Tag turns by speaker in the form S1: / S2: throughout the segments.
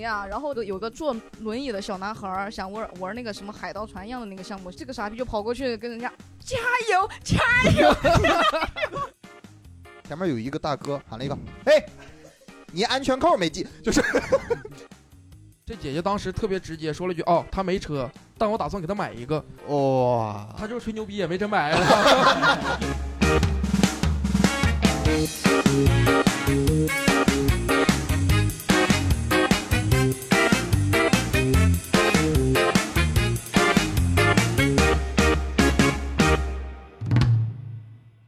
S1: 亚，啊然后有个坐轮椅的小男孩儿想玩玩那个什么海盗船一样的那个项目，这个傻逼就跑过去跟人家加油加油，
S2: 前面有一个大哥喊了一个：“哎，你安全扣没系。”就是
S3: 这姐姐当时特别直接，说了一句：“哦，她没车，但我打算给她买一个。
S2: 哇、
S3: 她就是吹牛逼，也没 真买。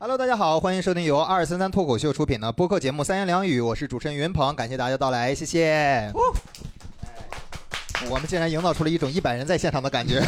S2: Hello，大家好，欢迎收听由二三三脱口秀出品的播客节目《三言两语》，我是主持人云鹏，感谢大家到来，谢谢。我们竟然营造出了一种一百人在现场的感觉。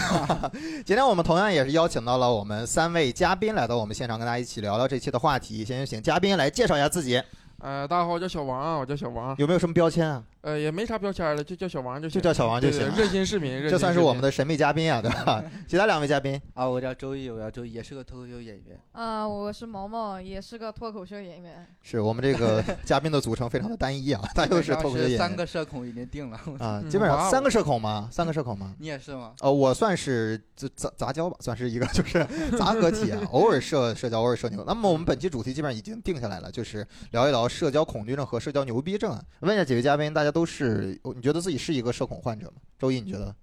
S2: 今天我们同样也是邀请到了我们三位嘉宾来到我们现场，跟大家一起聊聊这期的话题。先请嘉宾来介绍一下自己，”
S3: 呃，大家好，我叫小王啊，我叫小王，
S2: 有没有什么标签啊？
S3: 呃，也没啥标签的，就叫小王就
S2: 就
S3: 行，
S2: 叫小王就
S3: 对
S2: 行
S3: 对
S2: 了。
S3: 热心市民，热心
S2: 这算是我们
S3: 的。
S2: 的神秘嘉宾啊，对吧？其他两位嘉宾，
S4: 啊，我叫周易，我叫周易，也是个脱口秀演员。
S1: 啊、我是毛毛，也是个脱口秀演员，
S2: 是我们这 个嘉宾的组成非常的单一啊，他 又是脱口秀演员
S4: 三个社恐已经定了，
S2: 啊，
S3: 嗯
S2: 基本
S3: 哇
S2: 上
S3: 哦
S2: 三个社恐嘛，三个社恐嘛。
S4: 你也是吗？
S2: 呃，我算是就杂杂交吧，算是一个 就是杂合体啊，偶尔社社交，偶尔社牛。那么我们本期主题基本上已经定下来了，就是聊一聊社交恐惧症和社交牛逼症啊。问一下几位嘉宾，大家都是你觉得自己是一个社恐患者吗？周易，你觉得？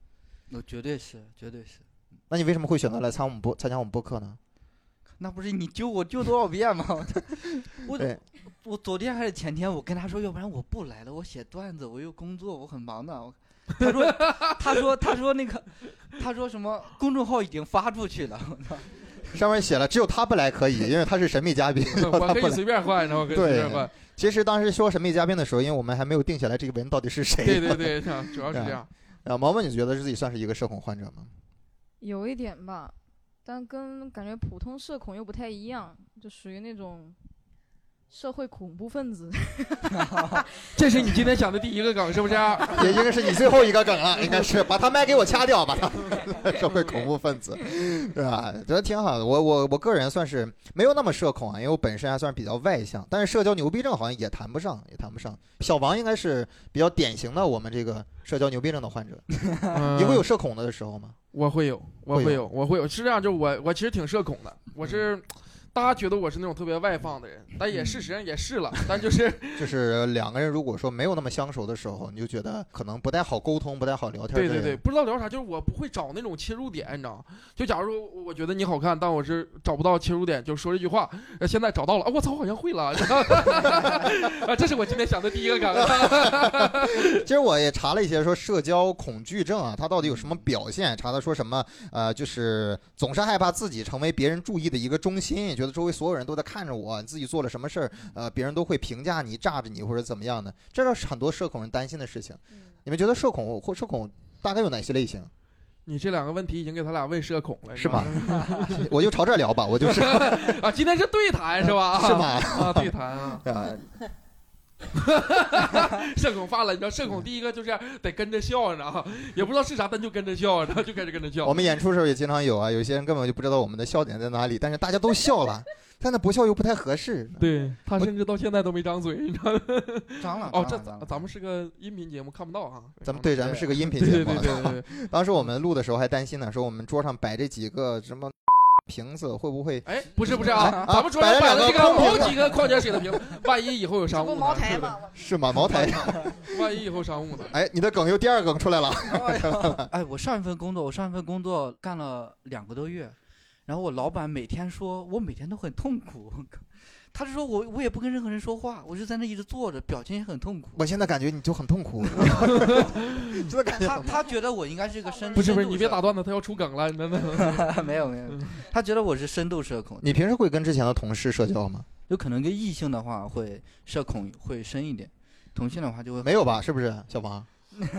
S4: 我绝对是，绝对是。
S2: 那你为什么会选择来参我们播参加我们播客呢？
S4: 那不是你揪我揪多少遍吗？ 我这
S2: 对
S4: 我我昨天还是前天，我跟他说，要不然我不来了，我写段子，我又工作，我很忙的。我他说他说他说那个他说什么公众号已经发出去了，
S2: 上面写了只有他不来可以，因为他是神秘嘉 宾，然后
S3: 我
S2: 他 不
S3: 可
S2: 来。
S3: 以随便换，然后可以随便换。
S2: 其实当时说神秘嘉宾的时候，因为我们还没有定下来这个人到底是谁。
S3: 对对对，主要是这样。
S2: 啊，毛毛，你觉得自己算是一个社恐患者吗？
S1: 有一点吧，但跟感觉普通社恐又不太一样，就属于那种社会恐怖分子。
S3: 这是你今天想的第一个梗，是不是？啊
S2: 也应该是你最后一个梗啊了，应该是把他麦给我掐掉，把他 社会恐怖分子，对吧？觉得挺好的。我我我个人算是没有那么社恐啊，因为我本身还算是比较外向，但是社交牛逼症好像也谈不上，也谈不上。小王应该是比较典型的我们这个社交牛逼症的患者。
S3: 嗯
S2: 你会有社恐的时候吗？
S3: 我会有，我
S2: 会
S3: 会
S2: 有嗯
S3: 有，我会有。是这样，就我我其实挺社恐的，我是。大家觉得我是那种特别外放的人，但也事实上也是了，但就是
S2: 就是两个人如果说没有那么相熟的时候，你就觉得可能不太好沟通，不太好聊天。
S3: 对对对，，不知道聊啥，就是我不会找那种切入点，你知道吗？就假如说我觉得你好看，但我是找不到切入点，就说这句话，呃现在找到了，啊，我操，我好像会了， 你知道吗啊，这是我今天想的第一个梗。
S2: 其实我也查了一些，说社交恐惧症啊，它到底有什么表现？查到说什么，呃，就是总是害怕自己成为别人注意的一个中心，觉得周围所有人都在看着我，自己做了什么事儿，呃，别人都会评价你、炸着你或者怎么样的，这个是很多社恐人担心的事情。
S1: 嗯
S2: 你们觉得社恐或社恐大概有哪些类型？
S3: 你这两个问题已经给他俩问社恐 了，
S2: 是
S3: 吧
S2: 吗？？ 我就朝这儿聊吧，我就是
S3: 啊，今天是对谈是 吧？
S2: 是？吗？
S3: 啊，对谈啊，
S2: 啊，
S3: 社恐犯了，你知道社恐第一个就是得跟着笑，你知道吗？也不知道是啥，但就跟着笑，然后就开始跟着
S2: 我
S3: 笑。
S2: 们演出的时候也经常有啊，有些人根本就不知道我们的笑点在哪里，但是大家都笑了，但那不笑又不太合适。
S3: 对他甚至到现在都没张嘴，你知道吗？
S4: 张了
S3: 哦，
S4: 张
S3: 这
S4: 了张
S3: 咱
S4: 了
S3: 咱们是个音频节目，看不到
S2: 啊
S3: 啊。
S2: 咱们对，咱们是个音频
S3: 对
S2: 节
S3: 对
S2: 目啊
S3: 对，对对，
S2: 当时我们录的时候还担心呢，说我们桌上摆这几个什 么瓶子会不会？
S3: 哎，不是不是
S2: 啊
S3: 啊，咱们桌上
S2: 摆
S3: 摆
S2: 了
S3: 了
S2: 两
S3: 这
S2: 个
S3: 个
S2: 空
S3: 好
S2: 瓶子
S3: 几个矿泉水的瓶子，万一以后有
S1: 这
S3: 商务
S1: 不
S3: 呢，
S1: 茅台
S3: 是吧
S1: 吗？我
S2: 是吗？茅台？
S3: 万一以后商务呢？
S2: 哎，你的梗又第二梗出来了。
S4: 哎，我上一份工作，我上一份工作干了两个多月，然后我老板每天说我每天都很痛苦，他是说我我也不跟任何人说话，我就在那一直坐着，表情也很痛苦。
S2: 我现在感觉你就很痛苦，真的感觉
S4: 他
S2: 很。
S4: 他觉得我应该是个 深
S3: 不是不是，
S4: 深度
S3: 你别
S4: 社
S3: 打断嗯他，他要出梗了，你真的。
S4: 恐没有没有，他觉得我是深度社恐，
S2: 你平时会跟之前的同事社交吗？
S4: 有可能跟异性的话会社恐会深一点，同性的话就会
S2: 没有吧？是不是，小王？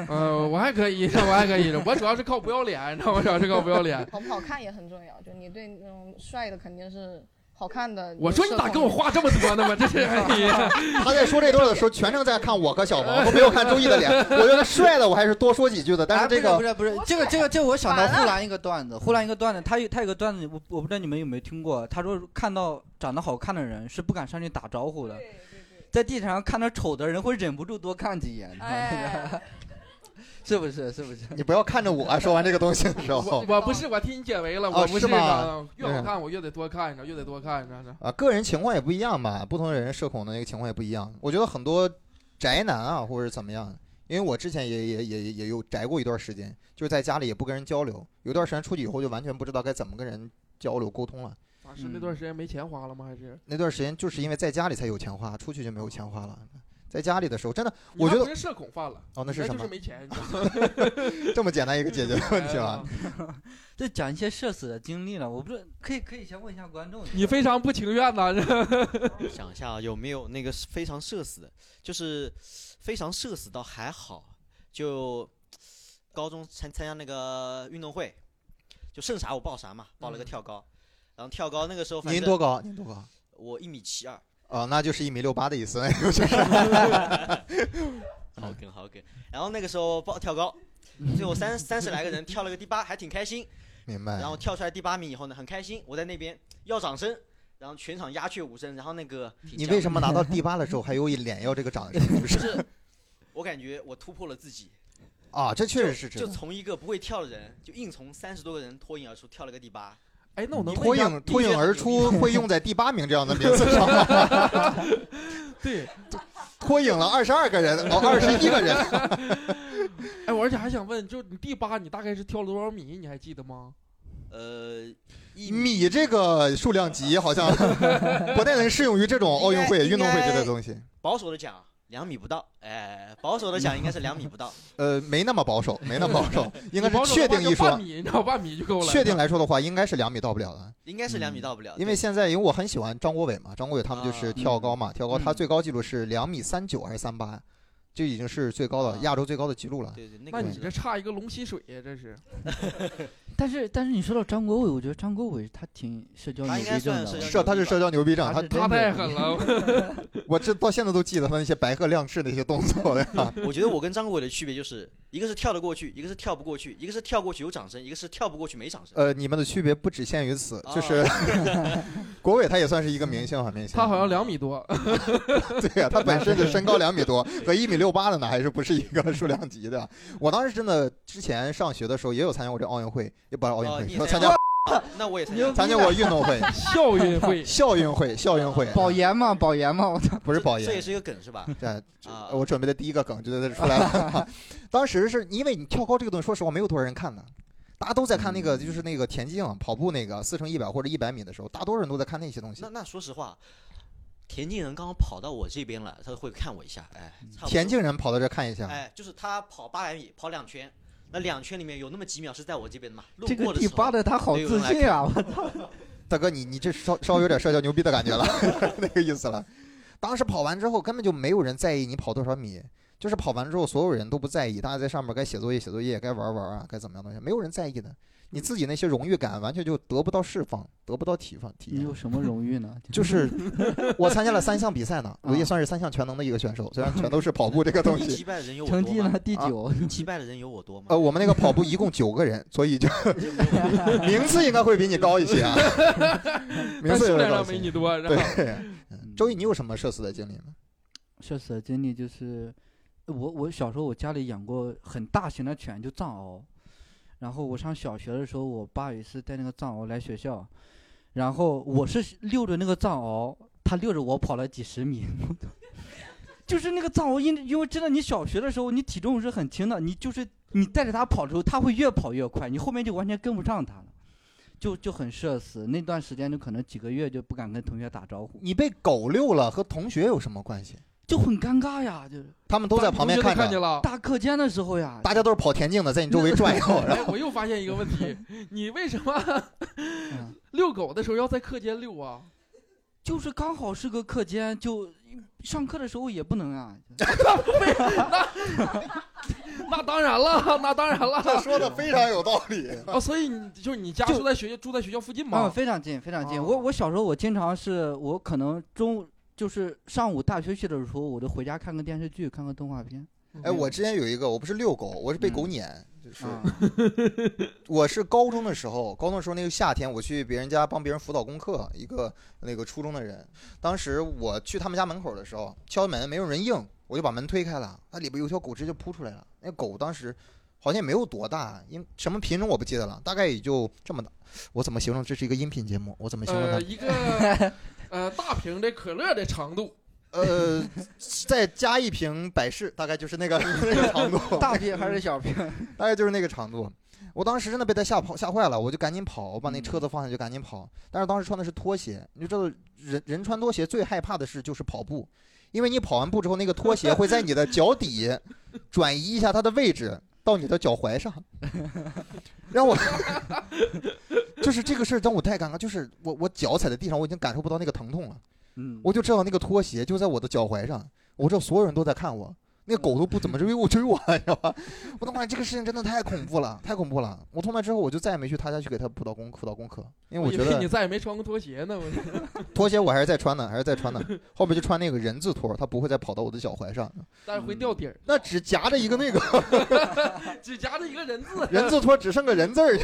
S3: 嗯，我还可以，我还可以，我主要是靠不要脸，你知道吗？主要是靠不要脸。
S1: 好不好看也很重要，就你对那种帅的肯定是好看的。
S3: 我说你咋跟我话这么多呢嘛？这 是哎
S2: 他在说这段的时候，全程在看我和小 王，都没有看周易的脸。我觉得帅的我还是多说几句的，但
S4: 哎
S2: 啊是这
S4: 不
S2: 个
S4: 是不是不
S1: 不
S4: 是这个这个这个我想到
S1: 反了
S4: 呼兰一个段子，呼兰一个段子，他有他有个段子，我我不知道你们有没有听过，他说看到长得好看的人是不敢上去打招呼的，在地铁上看到丑的人会忍不住多看几眼。
S1: 哎，
S4: 是不是？是不是？
S2: 你不要看着我说完这个东西的时
S3: 我
S2: 候
S3: 我不是，我替你解围了，
S2: 哦
S3: 我不
S2: 是
S3: 呢
S2: 吗
S3: 越好看我越得多看着，越得多看着，
S2: 啊，个人情况也不一样吧，不同人社恐的那个情况也不一样。我觉得很多宅男啊，或者怎么样，因为我之前也也也也也有宅过一段时间，就是在家里也不跟人交流，有段时间出去以后就完全不知道该怎么跟人交流沟通了。
S3: 咋是那段时间没钱花了吗？还是
S2: 那段时间就是因为在家里才有钱花，出去就没有钱花了。在家里的时候，真的
S3: 你
S2: 我觉
S3: 还
S2: 得
S3: 不是社恐犯了，
S2: 哦，那
S3: 你
S2: 是
S3: 那
S2: 什
S3: 就是
S2: 么？
S3: 没钱，你知道吗 哎
S2: 这么简单一个解决问
S5: 哎
S2: 题吗？？
S4: 就讲一些社死的经历了，我不是可以可以先问一下观众，
S3: 你非常不情愿呐，这
S5: 想一下有没有那个非常社死的，就是非常社死倒还好，就高中参参加那个运动会，就剩啥我报啥嘛，报了
S3: 嗯
S5: 个跳高，然后跳高那个时候反
S2: 您
S5: 正
S2: 多高？您多高？
S5: 我一米七二，
S2: 哦，那就是一米六八的意思， 就是嗯
S5: 好梗好梗，然后那个时候报跳高，最后三三十来个人跳了个第八，还挺开心，
S2: 明白。
S5: 然后跳出来第八名以后呢，很开心，我在那边要掌声。然后全场鸦雀无声，然后那个
S2: 你为什么 拿到第八的时候还有一脸要这个掌声？是不是
S5: 就是我感觉我突破了自己，
S2: 啊，这确实是
S5: 就
S2: 真的。
S5: 从一个不会跳的人，就硬从三十多个人脱颖而出，跳了个第八。
S3: 哎，那我能
S2: 脱
S3: 问一下
S2: 颖脱颖而出会用在第八名这样的名字上，
S3: 对，
S2: 脱颖了二十二个人，哦，二十一个 人，
S3: 哎，我而且还想问，就你第八，你大概是跳了多少米？你还记得吗？
S5: 呃，一
S2: 米这个数量级好像不太能适用于这种奥运会、
S5: 应该
S2: 运动会之类的东西。
S5: 保守的讲两米不到，哎，保守的讲应该是两米不到。
S2: 呃，没那么保守，没那么保 守，应该
S3: 你保
S2: 是
S3: 守
S2: 确
S3: 的话
S2: 定
S3: 就
S2: 一
S3: 半
S2: 说，
S3: 米，你 知道半米就够了。啊
S2: 确定来说的话，应该是两米到不了的。
S5: 应该是两米到不了，
S2: 嗯因为现在，因为我很喜欢张国伟嘛，张国伟他们
S3: 啊
S2: 就是跳高
S3: 嗯
S2: 嘛，跳高他最高记录是两米三九还是三八，这已经是最高的
S5: 啊
S2: 亚洲最高的记录了。
S5: 对对，那
S3: 那
S5: 个
S3: 你
S5: 是
S3: 这差一个龙吸水呀，这是。
S4: 但是但是你说到张国伟，我觉得张国伟他挺社交牛
S5: 他应
S4: 逼
S5: 该
S4: 症
S5: 算
S4: 的，
S5: 社
S4: 我
S5: 交
S2: 社他是社交牛逼症，他
S4: 他是
S3: 他太狠了，
S2: 我这到现在都记得他那些白鹤亮翅那些动作了 呀。
S5: 我觉得我跟张国伟的区别就是，一个是跳得过去，一个是跳不过去，一个是跳过去有掌声，一个是跳不过去没掌声。
S2: 呃，你们的区别不只限于此，
S5: 啊
S2: 就是哦 国伟他也算是一个明星啊，明星。
S3: 他好像两米多，
S2: 对呀、啊他本身就身高两米多，和一米六八的呢，还是不是一个数量级的？我当时真的之前上学的时候也有参加过这奥运会，也不是奥运
S5: 哦
S2: 会，
S5: 你
S2: 说
S5: 也
S2: 参
S5: 参
S2: 加
S5: 加那我也参
S4: 牛
S5: 加
S4: 逼，
S2: 参加过运动会、
S3: 校运 会
S2: 校运会、校运会，
S4: 保研嘛，保研嘛，我操，
S2: 不是保
S5: 这也
S2: 研。
S5: 是一个梗是吧？
S2: 对，
S5: 啊，
S2: 我准备的第一个梗就在这出来 了。当时是因为你跳高这个东西，说实话没有多少人看的，大家都在看那个
S5: 嗯
S2: 就是那个田径、跑步那个四乘一百或者一百米的时候，大多数人都在看那些东西
S5: 那。那说实话，田径人刚刚跑到我这边了，他会看我一下，哎，差不多
S2: 嗯田径人跑到这儿看一下，
S5: 哎，就是他跑八百米，跑两圈，那两圈里面有那么几秒是在我这边的嘛？路
S4: 这个
S5: 过的
S4: 第
S5: 时候，
S4: 八的他好自信啊，我
S2: 大哥你你这稍稍微有点社交牛逼的感觉 了，那个意思了。当时跑完之后根本就没有人在意你跑多少米，就是跑完之后所有人都不在意，大家在上面该写作业写作业，该玩玩啊，该怎么样东西，没有人在意的。你自己那些荣誉感完全就得不到释放，得不到体放体
S4: 你
S2: 验
S4: 有。什么荣誉呢？
S2: 就是我参加了三项比赛呢，我也算是三项全能的一个选手，虽然全都是跑步这个东
S5: 你
S2: 西。
S5: 击败的人有我
S4: 成
S5: 多
S4: 绩
S5: 吗？
S4: 呢第九，
S5: 你击败的人有我多吗？
S2: 呃，我们那个跑步一共九个人，所以 就
S5: 有我多吗
S2: 名次应该会比你高一些啊。名
S3: 但
S2: 次
S3: 数
S2: 应该
S3: 量
S2: 高
S3: 上
S2: 一些
S3: 没你。多。然后
S2: 对，嗯周毅，你有什么社死的经历吗？
S4: 社死的经历就是，呃我我小时候我家里养过很大型的犬，就藏獒。然后我上小学的时候，我爸有一次带那个藏獒来学校，然后我是溜着那个藏獒，它溜着我跑了几十米。 就是那个藏獒，因因为真的你小学的时候你体重是很轻的，你就是你带着它跑的时候，它会越跑越快，你后面就完全跟不上它了，就就很社死。那段时间就可能几个月就不敢跟同学打招呼，
S2: 你被狗溜了和同学有什么关系？
S4: 就很尴尬呀，就是。
S2: 他们都在旁边看
S3: 同学都看见
S2: 着，
S3: 了。哎
S4: 大课间的时候呀，
S2: 大家都是跑田径的，在你周围转 悠，然
S3: 哎
S2: 后，
S3: 我又发现一个问题， 你为什么
S4: 嗯
S3: 遛狗的时候要在课间遛啊？
S4: 就是刚好是个课间，就上课的时候也不能啊。
S3: 那当然了，那当然了。
S2: 说的非常有道理。
S3: 啊，所以你就是你家
S4: 就
S3: 住在学校住在学校附近
S4: 啊，
S3: 吗？
S4: 非常近，非常近。
S3: 哦
S4: 我我小时候我经常是我可能中就是上午大学去的时候，我就回家看个电视剧，看个动画片。
S2: 哎，我之前有一个，我不是遛狗，我是被狗撵，就是
S4: 啊，
S2: 我是高中的时候，高中的时候那个夏天，我去别人家帮别人辅导功课，一个那个初中的人，当时我去他们家门口的时候，敲门没有人应，我就把门推开了，那里边有条狗直接扑出来了，那狗当时好像也没有多大，因什么品种我不记得了，大概也就这么大。我怎么形容这是一个音频节目？我怎么形容
S3: 呃，
S2: 它？
S3: 一个呃大瓶的可乐的长度，
S2: 呃， 再加一瓶百事，大概就是那个 那个长度，
S4: 大瓶还 是小瓶？
S2: 大概就是那个长度。我当时真的被他吓跑吓坏了，我就赶紧跑，我把那车子放下就赶紧跑。但是当时穿的是拖鞋，你知道人人穿拖鞋最害怕的事就是跑步，因为你跑完步之后，那个拖鞋会在你的脚底转移一下它的位置到你的脚踝上，让我就是这个事儿让我太尴尬，就是我我脚踩在地上，我已经感受不到那个疼痛了。
S4: 嗯，
S2: 我就知道那个拖鞋就在我的脚踝上，我知道所有人都在看我，那个狗都不怎
S3: 嗯
S2: 么追 我追我，你知道吧？我他妈这个事情真的太恐怖了，太恐怖了！我从那之后我就再也没去他家去给他辅导功辅导功课，因为我
S3: 以
S2: 觉
S3: 为你
S2: 得
S3: 再也没穿过拖鞋呢。我
S2: 拖鞋我还是在穿的，还是在穿的，后面就穿那个人字拖，它不会再跑到我的脚踝上，
S3: 但是会掉底儿，
S2: 那只夹着一个那个
S3: 只夹着一个人字，
S2: 人字拖，只剩个人字儿，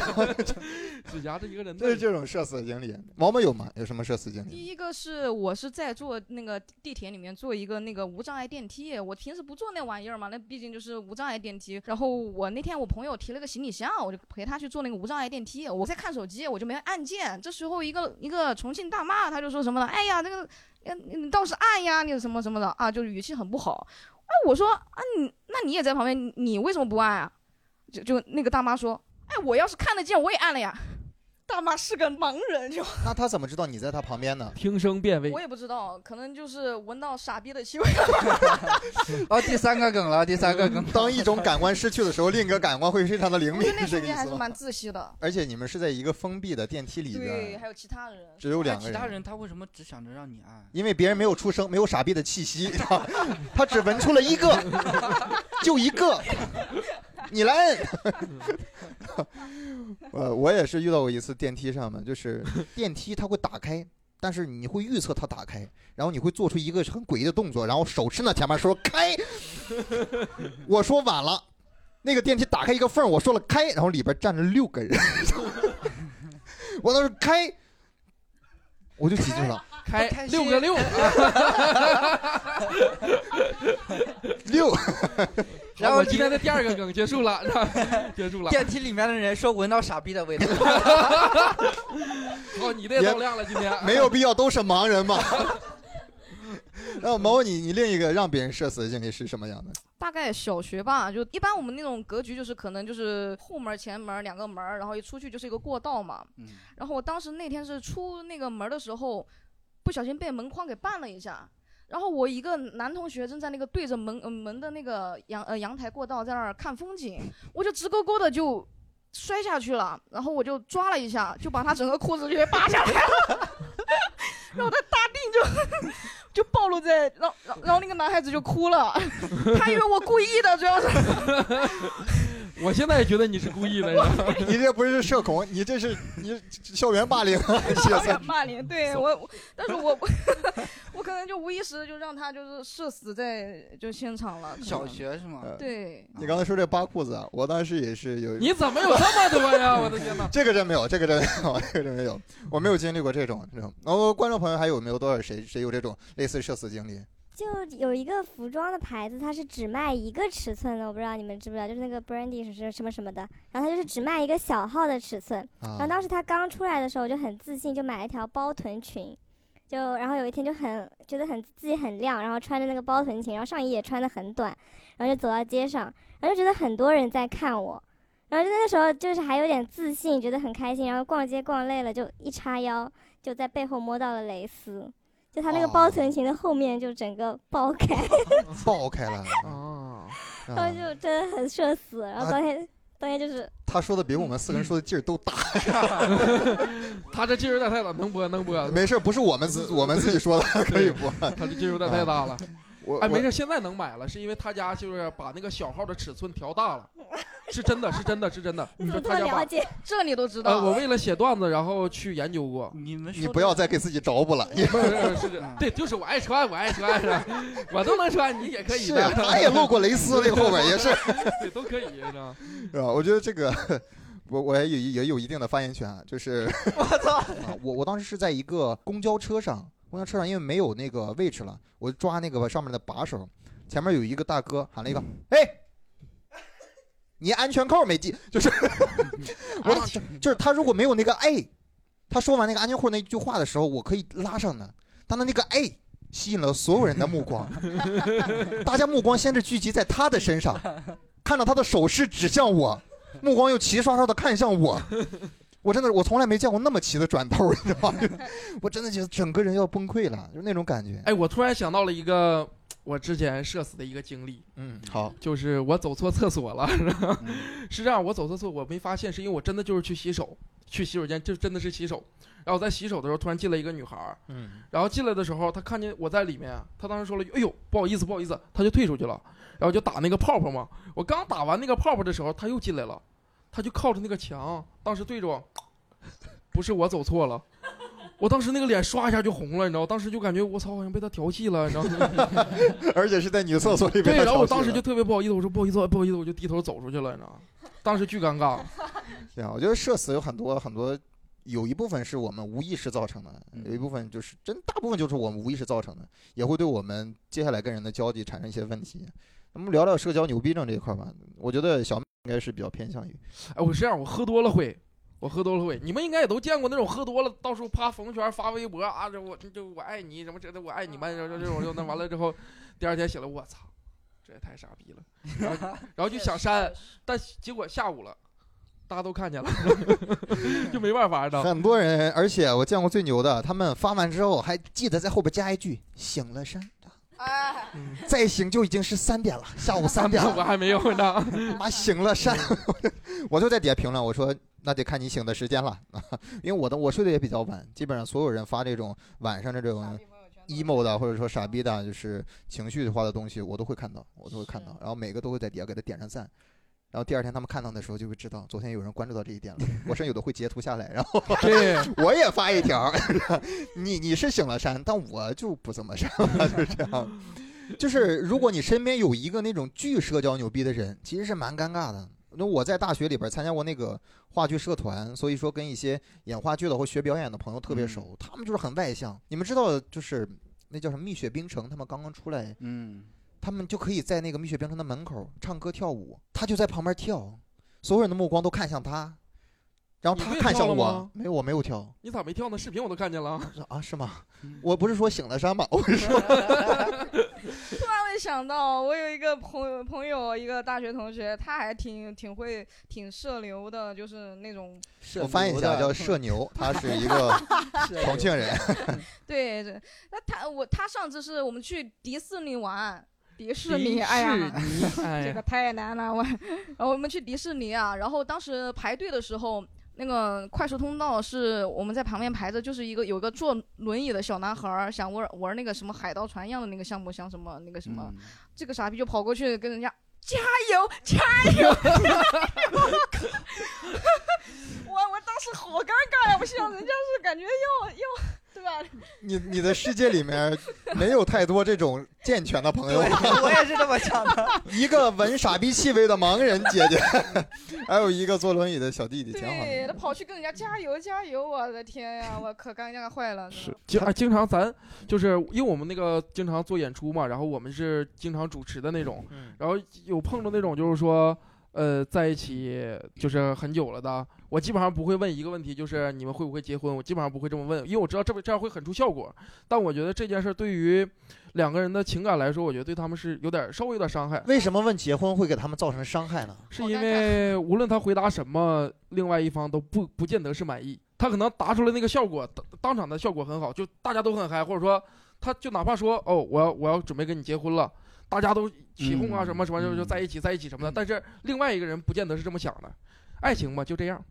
S3: 只夹着一个人
S2: 就是
S3: 字。
S2: 这种社死的经历。毛毛有吗？有什么社死经历？
S1: 第一个是我是在坐那个地铁里面坐一个那个无障碍电梯，我平时不坐那玩意儿嘛，那毕竟就是无障碍电梯。然后我那天我朋友提了个行李箱，我就陪他去坐那个无障碍电梯，我在看手机，我就没按键。这时候一个一个重庆大妈，她就说什么了，哎呀，那个，呃你倒是按呀，你什么什么的啊，就是语气很不好。哎，我说啊，你那你也在旁边，你你为什么不按啊？就就那个大妈说，哎，我要是看得见，我也按了呀。 大妈是个盲人，就
S2: 那他怎么知道你在他旁边呢？
S3: 听声辨位
S1: 我，也不知道，可能就是闻到傻逼的 气味。
S4: 哦，第三个梗了，第三个梗。
S2: 当一种感官失去的时候，另一个感官会非常的灵
S1: 我
S2: 敏
S1: 觉得，那
S2: 是这
S1: 瞬
S2: 个意
S1: 间还
S2: 思
S1: 是
S2: 吗？
S1: 蛮窒息的。
S2: 而且你们是在一个封闭的电梯里
S1: 对，
S2: 边，
S1: 还有其他人，
S2: 只有两个
S4: 其
S2: 人。
S4: 他人他为什么只想着让你 按？
S2: 因为别人没有出声，没有傻逼的气息， 他只闻出了一个，就一个，你来摁。呃，我也是遇到过一次电梯上面，就是电梯它会打开，但是你会预测它打开，然后你会做出一个很诡异的动作，然后手伸到前面说开，我说晚了，那个电梯打开一个缝儿，我说了开，然后里边站着六个人，我当时开，我就挤进去了。
S3: 开
S4: 开心
S3: 六个 六，
S2: 六，
S4: 然后
S3: 我今天的第二个梗结束 了，结束了。
S4: 电梯里面的人说闻到傻逼的味道，
S3: 哦，你的也
S2: 也
S3: 到量了，今天
S2: 没有必要都是盲人嘛。 那毛你你另一个让别人社死的经历是什么样的？
S1: 大概小学吧，就一般我们那种格局就是可能就是后门、前门两个门儿，然后一出去就是一个过道嘛。
S4: 嗯
S1: 然后我当时那天是出那个门的时候，不小心被门框给绊了一下。然后我一个男同学正在那个对着门、呃、门的那个阳呃阳台过道在那儿看风景，我就直勾勾的就摔下去了，然后我就抓了一下，就把他整个裤子就给扒下来了， 然后他大腚就 就暴露在，然后然后然后那个男孩子就哭了，他以为我故意的，主要是
S3: 我现在也觉得你是故意的，你知道 吗
S2: 你这不是社恐，你这是你校园霸凌啊， 社死。
S1: 骂你，对我，我但是我 我可能就无意识地就让他就是社死在就现场了，可能
S4: 小学是
S2: 呃
S4: 吗？
S1: 对。
S2: 你刚才说这扒裤子啊，我当时也是有。
S3: 你怎么有这么多呀？我的天 哪！
S2: 这个真没有，这个真没有， 这个真没有，我没有经历过这种这种。然后观众朋友还有没有多少谁谁有这种类似社死经历？
S6: 就有一个服装的牌子，它是只卖一个尺寸的，我不知道你们知不知道，就是那个 Brandy 是什么什么的，然后它就是只卖一个小号的尺寸。
S2: 啊
S6: 然后，当时它刚出来的时候，我就很自信，就买了一条包臀裙，就然后有一天就很觉得很自己很亮，然后穿着那个包臀裙，然后上衣也穿的很短，然后就走到街上，然后就觉得很多人在看我，然后就那时候就是还有点自信，觉得很开心，然后逛街逛累了就一叉腰，就在背后摸到了蕾丝。就它那个
S2: 哦
S6: 包臀裙的后面就整个爆开，
S2: 爆开了。
S3: 啊，
S6: 然后
S2: 啊
S6: 就真的很社死，然后
S2: 啊
S6: 当天当天就是
S2: 他说的比我们四个人说的劲儿都大。
S3: 他这劲儿有点太大，能播能播，
S2: 没事，不是我们自我们自己说的， 可以播。
S3: 他这劲儿有点太大了。
S2: 我
S3: 哎，没
S2: 我
S3: 事，现在能买了，是因为他家就是把那个小号的尺寸调大了，是真的，是真的，是真的。
S6: 你怎么这
S3: 他
S6: 么
S3: 家把
S6: 了解？
S1: 这你都知道。
S3: 呃，我为了写段子，然后去研究过。
S4: 你们说
S2: 你
S4: 的
S2: 不要再给自己找补 了。
S3: 不是不是是这， 对，就是我爱穿，我爱穿，是 吧我都能穿，啊你也可以
S2: 是， 啊
S3: 的，
S2: 他也露过蕾丝，那个后 面也是，
S3: 对，都可以，是吧？
S2: 是吧？我觉得这个，我我也有一也有一定的发言权啊，就是， 我操，我我当时是在一个公交车上，公交车上因为没有那个位置了，我就抓那个上面的把手，前面有一个大哥喊了一个，哎，你安全扣没系，就是我的天就是他如果没有那个 A，他说完那个安全扣那句话的时候，我可以拉上的，但他那个 A 吸引了所有人的目光，大家目光先是聚集在他的身上，看到他的手势指向我，目光又齐刷刷的看向我。我真的，我从来没见过那么齐的转头，你知道吗？ 我真的觉得整个人要崩溃了，就是那种感觉。
S3: 哎，我突然想到了一个我之前社死的一个经历，
S2: 嗯，好，
S3: 就是我走错厕所了， 是这样，我走错厕所我没发现，是因为我真的就是去洗手，去洗手间，这真的是洗手。然后我在洗手的时候，突然进来一个女孩儿，
S2: 嗯，
S3: 然后进来的时候，她看见我在里面，她当时说了一句：“哎呦，不好意思，不好意思。”她就退出去了，然后就打那个泡泡嘛。我刚打完那个泡泡的时候，她又进来了，她就靠着那个墙，当时对着我，不是我走错了。我当时那个脸刷一下就红了，你知道，当时就感觉我操，好像被她调戏了，你知道。
S2: 而且是在女厕所里
S3: 对，
S2: 边。
S3: 然后我当时就特别不好意思，我说不好意思，不好意思，我就低头走出去了，你知道吗？当时巨尴尬。
S2: 行，啊我觉得社死有很多很多，有一部分是我们无意识造成的，有
S3: 嗯
S2: 一部分就是真，大部分就是我们无意识造成的，也会对我们接下来跟人的交际产生一些问题。那么聊聊社交牛逼症这一块吧，我觉得小妹应该是比较偏向于，
S3: 哎，我是这样，我喝多了会，我喝多了会，你们应该也都见过那种喝多了，到处啪朋友圈发微博啊，这我这这我爱你什么这这我爱你们，然后这种就那完了之后，第二天写了我操，这也太傻逼了，然后然后就想删，但结果下午了，大家都看见了， 就没办法 了。
S2: 很多人，而且我见过最牛的，他们发完之后还记得在后边加一句“醒了删”，
S1: 哎，
S2: 再醒就已经是三点了，下午三点了
S3: 我。还没有呢，
S2: 妈啊醒了删， 我就在底下评论，我说那得看你醒的时间了， 因为我的我睡得也比较晚，基本上所有人发这种晚上这种 emo 的或者说傻逼的，就是情绪化的东西，我都会看到，我都会看到，然后每个都会在底下给他点上赞。然后第二天他们看到的时候就会知道，昨天有人关注到这一点了。我甚至有的会截图下来，然后
S3: 对，
S2: 我也发一条。你你是醒了删，但我就不这么删了，就是这样。就是如果你身边有一个那种巨社交牛逼的人，其实是蛮尴尬的。那我在大学里边参加过那个话剧社团，所以说跟一些演话剧的或学表演的朋友特别熟，
S3: 嗯
S2: 他们就是很外向。你们知道，就是那叫什么蜜雪冰城，他们刚刚出来，
S4: 嗯，
S2: 他们就可以在那个蜜雪冰城的门口唱歌跳舞，他就在旁边跳，所有人的目光都看向他，然后
S3: 你
S2: 他
S3: 不也
S2: 看向
S3: 跳了
S2: 我
S3: 吗，
S2: 没有，我没有跳。
S3: 你咋没跳呢？视频我都看见了。
S2: 我说啊，是吗
S4: 嗯？
S2: 我不是说醒了山吗？我 是说，
S1: 突然会想到，我有一个朋友，朋友一个大学同学，他还挺挺会挺社牛的，就是那种
S2: 我翻译一下叫 社牛，他是一个重庆人。
S1: 对，对那他我他上次是我们去迪士尼玩，迪士尼，
S3: 迪
S1: 哎 呀，
S3: 士尼，哎
S1: 这
S3: 呀
S1: 个，太难了，我。然后我们去迪士尼啊，然后当时排队的时候，那个快速通道是我们在旁边排着，就是一个有一个坐轮椅的小男孩儿想玩玩那个什么海盗船一样的那个项目，像什么那个什么，
S4: 嗯
S1: 这个傻逼就跑过去跟人家。加油！加油！ 我我当时好尴尬呀！我心想，人家是感觉要要，对吧？
S2: 你你的世界里面没有太多这种健全的朋
S4: 对，
S2: 友，
S4: 我也是这么想的。
S2: 一个闻傻逼气味的盲人姐姐， 还有一个坐轮椅的小弟弟，挺好
S1: 对他
S2: 的。
S1: 跑去跟人家加油加油！我的天呀，我可尴尬坏了。真的
S3: 经哎，经常咱就是因为我们那个经常做演出嘛，然后我们是经常主持的那种，然后有碰着那种就是说，呃，在一起就是很久了的，我基本上不会问一个问题，就是你们会不会结婚，我基本上不会这么问，因为我知道这么这样会很出效果，但我觉得这件事对于两个人的情感来说，我觉得对他们是有点稍微有点伤害，
S2: 为什么问结婚会给他们造成伤害呢？
S3: 是
S1: 好
S3: 因
S1: 尴尬
S3: 为无论他回答什么，另外一方都不不见得是满意。他可能答出来那个效果，当当场的效果很好，就大家都很嗨，或者说他就哪怕说哦，我要我要准备跟你结婚了，大家都起哄啊
S4: 嗯
S3: 什么什么，就
S4: 嗯
S3: 就在一起在一起什么的。
S2: 嗯
S3: 但是另外一个人不见得是这么想的，爱情嘛就这样。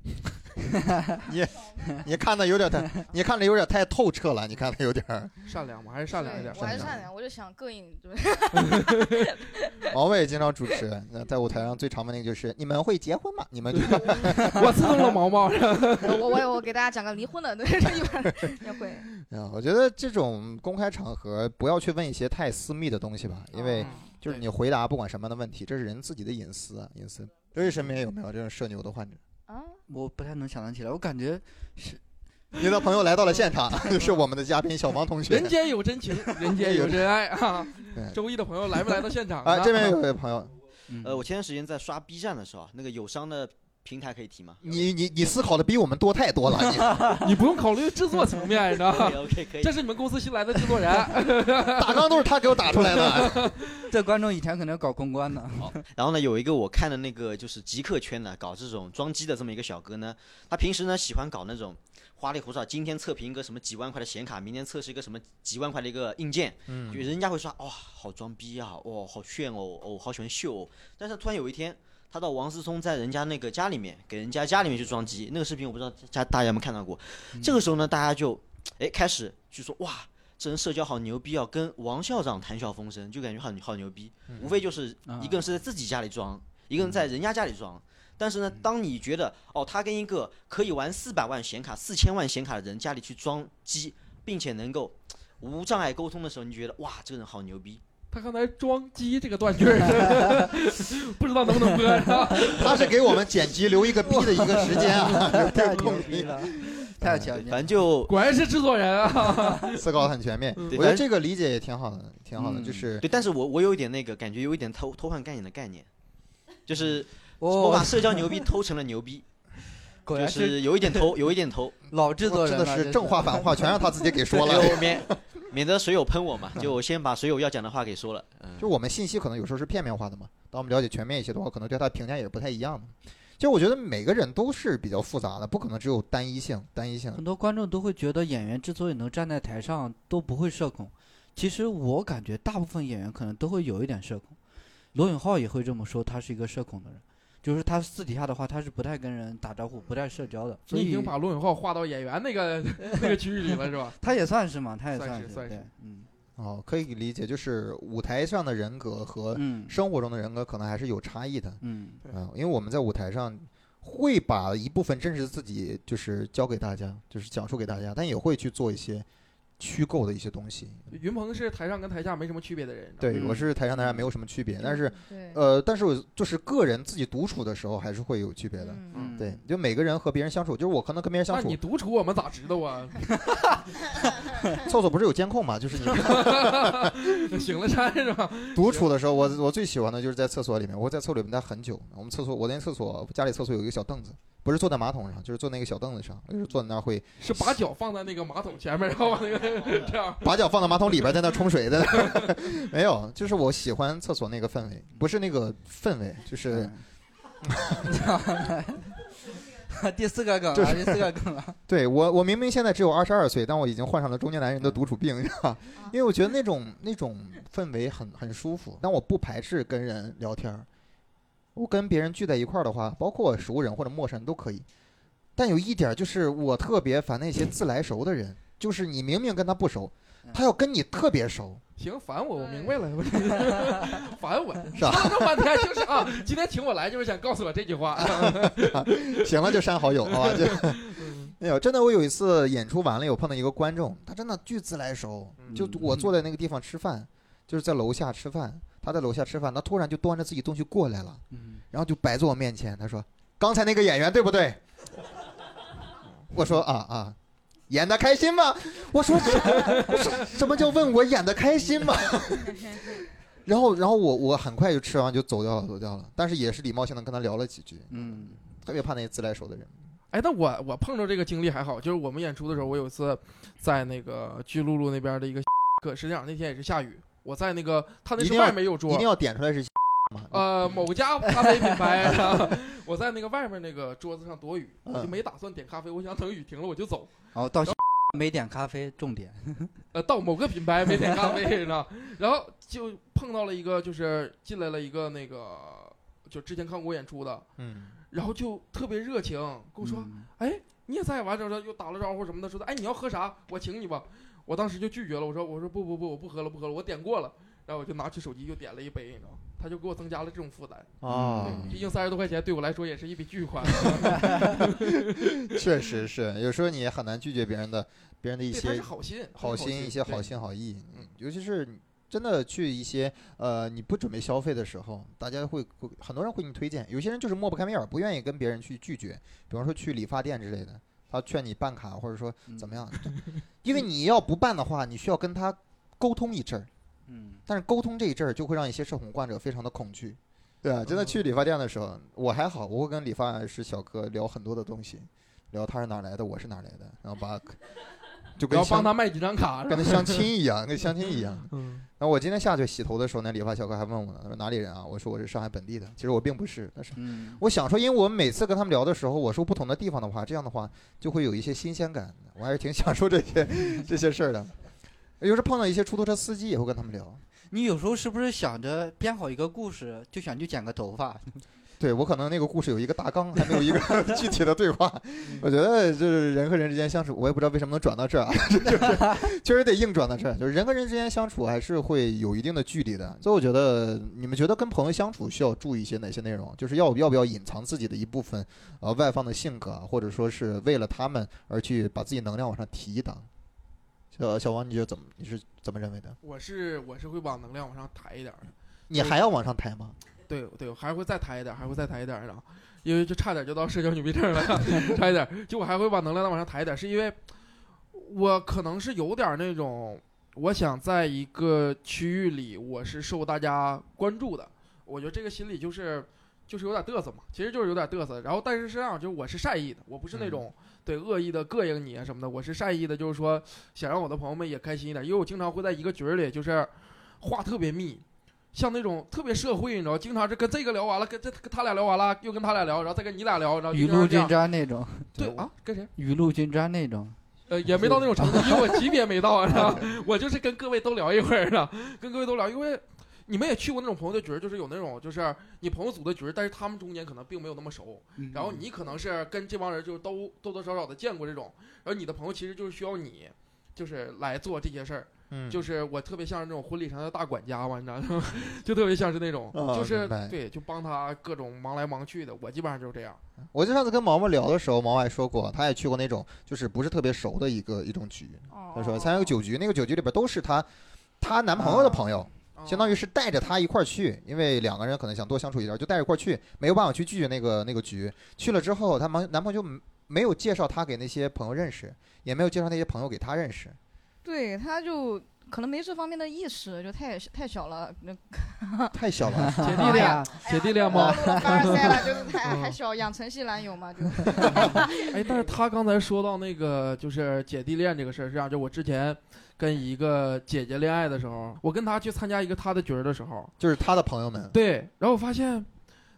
S2: 你看的有点太，你看的有点太透彻了，你看的有点儿。
S3: 善良嘛，还是善良一
S1: 嗯对
S3: 点。
S1: 我还是
S2: 善
S1: 善
S2: 良
S1: 良，我就想膈应，对不对？
S2: 王伟经常主持，那在舞台上最常问那个就是你们会结婚吗？你们就
S3: 我刺痛了毛 毛，
S1: 我我我给大家讲个离婚的，对，这一般人也会。
S2: 啊，我觉得这种公开场合不要去问一些太私密的东西吧，因为
S1: 哦
S3: 嗯
S2: 就是你回答不管什么样的问题，这是人自己的隐私啊，隐私。瑞身边有没有这种社牛的患者？
S1: 啊，
S4: 我不太能想得起来，我感觉
S2: 你的朋友来到了现场， 是我们的嘉宾小王同学
S3: 人。间 有真情，人间有真爱啊
S2: 对！
S3: 周易的朋友来没来到现场呢？
S1: 哎
S2: 哎啊，这边有位朋友，
S4: 嗯
S5: 呃，我前段时间在刷 B 站的时候啊，那个友商的平台可以提吗
S2: 你你你思考的比我们多太多了，你
S3: 你不用考虑制作层面，你知道吗？
S5: ？OK，可以
S3: 啊这。是你们公司新来的制作人，
S2: 打纲都是他给我打出来的。
S4: 这观众以前可能搞公关 呢。
S5: 然后呢，有一个我看的那个就是极客圈呢，搞这种装机的这么一个小哥呢，他平时呢喜欢搞那种花里胡哨，今天测评一个什么几万块的显卡，明天测试一个什么几万块的一个硬件，就
S2: 嗯，
S5: 人家会说哇、好装逼啊，哇、好炫哦，哦好喜欢秀、哦。但是突然有一天，他到王思聪在人家那个家里面给人家家里面去装机，那个视频我不知道家大家有没有看到过。这个时候呢，大家就哎开始就说哇。这人社交好牛逼啊，跟王校长谈笑风生，就感觉好好牛逼。无非就是一个人是在自己家里装，一个人在人家家里装。但是呢，当你觉得哦，他跟一个可以玩四百万显卡、四千万显卡的人家里去装机，并且能够无障碍沟通的时候，你觉得哇，这个人好牛逼。
S3: 他刚才装机这个断句儿， 不知道能不能播是吧？
S2: 他是给我们剪辑留一个逼的一个时间啊，
S4: 太牛逼 了，哎太强
S5: 对
S4: 劲
S5: 反
S4: 了。
S5: 正就
S3: 果然是制作人啊！
S2: 思考得很全面。我
S5: 对
S2: 觉得
S5: 反正
S2: 这个理解也挺好的，挺好的，
S4: 嗯
S2: 就是
S5: 对，但是我我有一点那个感觉，有一点偷偷换概念的概念，就是我把
S4: 哦，
S5: 社交牛逼偷成了牛逼，
S4: 果
S5: 就
S4: 然是
S5: 是有一点偷，有一点偷，
S4: 老制作人
S2: 真
S4: 了，
S2: 的
S4: 这
S2: 是正话反话全让他自己给说 了。
S5: 就免免得水友喷我嘛，就我先把水友要讲的话给说了。嗯
S2: 就，我们信息可能有时候是片面化的嘛，当我们了解全面一些的话，可能对他评价也是不太一样的。就我觉得每个人都是比较复杂的，不可能只有单一性，单一性。
S4: 很多观众都会觉得演员之所以能站在台上都不会社恐，其实我感觉大部分演员可能都会有一点社恐，罗永浩也会这么说，他是一个社恐的人，就是他私底下的话他是不太跟人打招呼、不太社交的，所
S3: 你已
S4: 以
S3: 经把罗永浩划到演员 那个那个区域里了是吧？
S4: 他也算是嘛，他也
S3: 算是
S4: 是
S3: 算
S4: 对
S3: 是，
S4: 嗯
S2: 哦，可以理解，就是舞台上的人格和
S4: 嗯
S2: 生活中的人格可能还是有差异的。
S4: 嗯，
S2: 嗯，因为我们在舞台上会把一部分真实的自己就是教给大家，就是讲述给大家，但也会去做一些虚构的一些东西。
S3: 云鹏是台上跟台下没什么区别的人，你知道吗
S2: 对，我是台上台下没有什么区别，
S1: 嗯
S2: 但是
S1: 对，
S2: 呃，但是我就是个人自己独处的时候还是会有区别的。
S1: 嗯
S2: 对，就每个人和别人相处，就是我可能跟别人相
S3: 那
S2: 处
S3: 你，独处我们咋知道啊？
S2: 厕所不是有监控嘛？就是你
S3: 行了，山是吧？
S2: 独处的时候，我我最喜欢的就是在厕所里面，我会在厕所里面待很久。我们厕所，我那厕所家里厕所有一个小凳子，不是坐在马桶上，就是坐那个小凳子上，就是坐在那儿会
S3: 是把脚放在那个马桶前面，然后往那 个这样。
S2: 把脚放到马桶里边，在那冲水的， 没有，就是我喜欢厕所那个氛围，不是那个氛围，就是
S4: 嗯 第四个梗
S2: 就
S4: 了，
S2: 是
S4: 第四个梗啊了，
S2: 对我，我明明现在只有二十二岁，但我已经患上了中年男人的独处病，你知道吧因为我觉得那种那种氛围很很舒服，但我不排斥跟人聊天儿，我跟别人聚在一块儿的话，包括熟人或者陌生人都可以，但有一点儿就是我特别烦那些自来熟的人，就是你明明跟他不熟，他要跟你特别熟，
S3: 行，烦我，我明白了，我 烦我，
S2: 哎 是吧
S3: 说了这么半天就是啊，今天请我来就是想告诉我这句话。
S2: 行了就删好友，好吧？就 没有，真的，我有一次演出完了，有碰到一个观众，他真的巨自来熟， 就
S4: 嗯
S2: 我坐在那个地方吃饭，就是在楼下吃饭，他在楼下吃饭，他突然就端着自己东西过来了，
S4: 嗯
S2: 然后就摆在我面前，他说：“刚才那个演员对不对？” 我说：“啊啊。”演的开心吗？我说 什什么叫问我演的开心吗？ 然后，然后我我很快就吃完就走掉了，走掉了。但是也是礼貌性的跟他聊了几句，
S4: 嗯
S2: 特别怕那些自来熟的人。
S3: 哎，那我我碰着这个经历还好，就是我们演出的时候，我有一次在那个巨鹿路那边的一个课，实际上那天也是下雨，我在那个他那
S2: 一
S3: 是
S2: 定要
S3: 外面有
S2: 一
S3: 桌
S2: 定，要点出 来是吗？
S4: 哦
S3: 呃，某家咖啡品牌，我在那个外面那个桌子上躲雨，我就
S2: 嗯
S3: 没打算点咖啡，我想等雨停了我就走。
S4: 哦，到没点咖啡，重点，
S3: 呃，到某个品牌没点咖啡，你知道，然后就碰到了一个，就是进来了一个那个，就之前看过我演出的，
S2: 嗯，
S3: 然后就特别热情，跟我说、
S4: 嗯
S3: 你也在，完之后又打了招呼什么的，说的哎你要喝啥，我请你吧。我当时就拒绝了，我说我说不不不，我不喝了不喝了，我点过了。然后我就拿起手机又点了一杯，你知道，他就给我增加了这种负担。
S4: 嗯
S2: 啊，
S3: 毕竟三十多块钱对我来说也是一笔巨款。
S2: 确实是，有时候你也很难拒绝别人的别人的一
S3: 对，他是
S2: 些
S3: 好心，他是
S2: 好心，一嗯些好。心好意，尤其是你真的去一些呃你不准备消费的时候，大家会会很多人会给你推荐，有些人就是抹不开面儿，不愿意跟别人去拒绝，比方说去理发店之类的，他劝你办卡或者说
S4: 嗯
S2: 怎么？样，因为你要不办的话，你需要跟他沟通一阵儿，
S4: 嗯
S2: 但是沟通这一阵儿就会让一些社恐患者非常的恐惧。对啊，真的去理发店的时候，我还好，我会跟理发师小哥聊很多的东西，聊他是哪来的，我是哪来的，然后把 就跟
S3: 然后帮
S2: 相
S3: 他卖几张卡，
S2: 跟他相亲一样，跟相亲一样。
S3: 嗯，
S2: 然后我今天下去洗头的时候，那理发小哥还问我呢，他说哪里人啊？我说我是上海本地的，其实我并不是，但是
S4: 嗯，
S2: 我想说，因为我每次跟他们聊的时候，我说不同的地方的话，这样的话就会有一些新鲜感。我还是挺享受这些 这些事儿的。有时碰到一些出租车司机，也会跟他们聊。
S4: 你有时候是不是想着编好一个故事，就想去剪个头发？
S2: 对我可能那个故事有一个大纲，还没有一个 具体的对话。 我觉得就是人和人之间相处，我也不知道为什么能转到这儿啊， 就是 确实得硬转到这儿。就是人和人之间相处还是会有一定的距离的，所以我觉得你们觉得跟朋友相处需要注意一些哪些内容？就是要要不要隐藏自己的一部分呃外放的性格啊，或者说是为了他们而去把自己能量往上提一档？小小王，你觉得怎么？你是怎么认为的？
S3: 我是我是会把能量往上抬一点儿的，
S2: 你还要往上抬吗？
S3: 对对，我还会再抬一点儿，还会再抬一点儿的，因为就差点就到社交牛逼症了， 差一点儿，就我还会把能量再往上抬一点儿，是因为我可能是有点儿那种，我想在一个区域里我是受大家关注的，我觉得这个心理就是就是有点嘚瑟嘛，其实就是有点嘚瑟，然后但是实际上就是我是善意的，我不是那种。对恶意的膈应你啊什么的，我是善意的，就是说想让我的朋友们也开心一点，因为我经常会在一个局儿里，就是话特别密，像那种特别社会，你知道，经常是跟这个聊完了，跟这跟他俩聊完了，又跟他俩聊，然后再跟你俩聊，然后就
S4: 雨
S3: 经常
S4: 露
S3: 这
S4: 均
S3: 样
S4: 沾那 种，
S3: 对啊，跟谁？
S4: 雨露均沾那种。
S3: 呃，也没到那种程度，因为我级别没到啊，是吧？我就是跟各位都聊一会儿呢，跟各位都聊，因为你们也去过那种朋友的局儿，就是有那种就是你朋友组的局儿，但是他们中间可能并没有那么熟，
S2: 嗯
S3: 然后你可能是跟这帮人就都多多少少的见过这种，然后你的朋友其实就是需要你，就是来做这些事儿，
S2: 嗯
S3: 就是我特别像是那种婚礼上的大管家嘛，你知道吗？ 就特别像是那种，
S2: 啊
S3: 就是
S2: 明白
S3: 对，就帮他各种忙来忙去的，我基本上就是这样。
S2: 我就上次跟毛毛聊的时候，毛毛还说过，他也去过那种就是不是特别熟的一个一种局。他
S1: 哦
S2: 说参加个酒局，那个酒局里边都是她她男朋友的朋友，相当
S3: 于
S2: 于是带着她一块儿去，因为两个人可能想多相处一点，就带着一块儿去，没有办法去拒绝那个那个局。去了之后，她男男朋友就没没有介绍她给那些朋友认识，也没有介绍那些朋友给她认识。
S1: 对，他就可能没这方面的意识，就太太小了，那
S3: 啊
S2: 太小了，
S3: 姐弟恋，姐弟恋
S2: 哎
S3: 吗？
S1: 落了凡尔赛了，就是太
S3: 嗯
S1: 还小，养成系男友嘛，就
S3: 哎，但是他刚才说到那个就是姐弟恋这个事儿，是这样，就我之前跟一个姐姐恋爱的时候，我跟她去参加一个她的局儿的时候，
S2: 就是她的朋友们，
S3: 对，然后我发现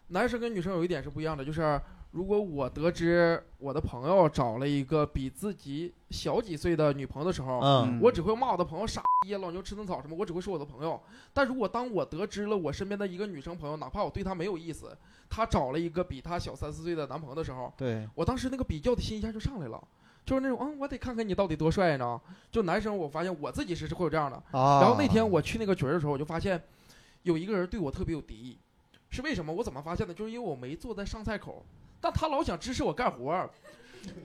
S3: 男生跟女生有一点是不一样的，就是如果我得知我的朋友找了一个比自己小几岁的女朋友的时候，
S2: 嗯，
S3: 我只会骂我的朋友傻逼啊、老牛吃嫩草什么，我只会说我的朋友。但如果当我得知了我身边的一个女生朋友，哪怕我对她没有意思，她找了一个比她小三四岁的男朋友的时候，
S2: 对，
S3: 我当时那个比较的心一下就上来了，就是那种，嗯，我得看看你到底多帅呢。就男生，我发现我自己是会有这样的。
S2: 啊。
S3: 然后那天我去那个局儿的时候，我就发现有一个人对我特别有敌意，是为什么？我怎么发现的？就是因为我没坐在上菜口，但他老想支持我干活儿，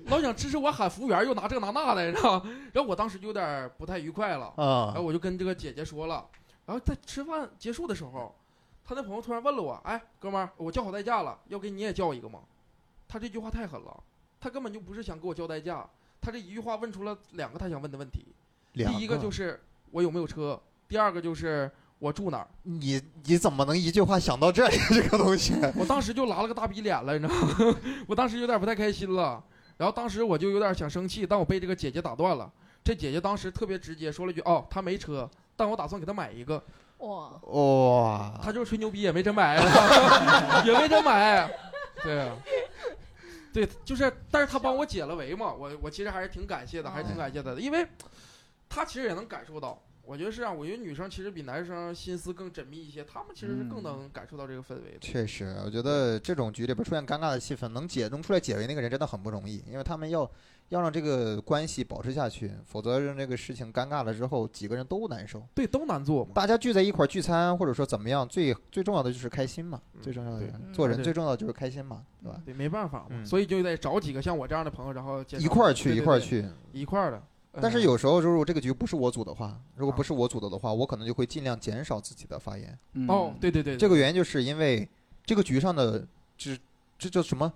S3: 老想支持我喊服务员儿，又拿这个拿那的，然后然后我当时就有点儿不太愉快了，
S2: 啊
S3: 然后我就跟这个姐姐说了，然后在吃饭结束的时候，他那朋友突然问了我，哎，哥们儿，我叫好代驾了，要给你也叫一个吗？他这句话太狠了，他根本就不是想给我叫代驾，他这一句话问出了两个他想问的问题，
S2: 两
S3: 第一个就是我有没有车，第二个就是我住哪儿。
S2: 你你怎么能一句话想到这里这个东西？
S3: 我当时就拉了个大逼脸了，你知道吗？ 我当时有点不太开心了，然后当时我就有点想生气，但我被这个姐姐打断了。这姐姐当时特别直接，说了一句：“哦，她没车，但我打算给她买一个。
S1: 哇，
S2: 哇”，
S3: 她就是吹牛逼，也没真买，啊 也没真买。对，啊对，就是，但是她帮我解了围嘛，我我其实还是挺感谢的，还是挺感谢她的，因为她其实也能感受到。我觉得是这样，我觉得女生其实比男生心思更缜密一些，她们其实是更
S4: 嗯
S3: 能感受到这个氛围的。
S2: 确实，我觉得这种局里边出现尴尬的气氛，能解能出来解围那个人真的很不容易，因为他们要要让这个关系保持下去，否则让这个事情尴尬了之后，几个人都难受。
S3: 对，都难做嘛。
S2: 大家聚在一块儿聚餐，或者说怎么样，最最重要的就是开心嘛，
S3: 嗯
S2: 最重要的
S3: 对
S1: 嗯
S2: 做人
S3: 对
S2: 最重要的就是开心嘛，对吧？
S3: 对，没办法嘛，
S2: 嗯
S3: 所以就得找几个像我这样的朋友，然后介绍
S2: 一块儿去，
S3: 对
S2: 一
S3: 对
S2: 块儿
S3: 对
S2: 去。
S3: 一块儿的。
S2: 但是
S3: 嗯
S2: 有时候，如果这个局不是我组的话，如果
S3: 啊
S2: 不是我组的话，我可能就会尽量减少自己的发言。
S4: 嗯
S3: 哦，，对对对，
S2: 这个原因就是因为这个局上的这这叫什么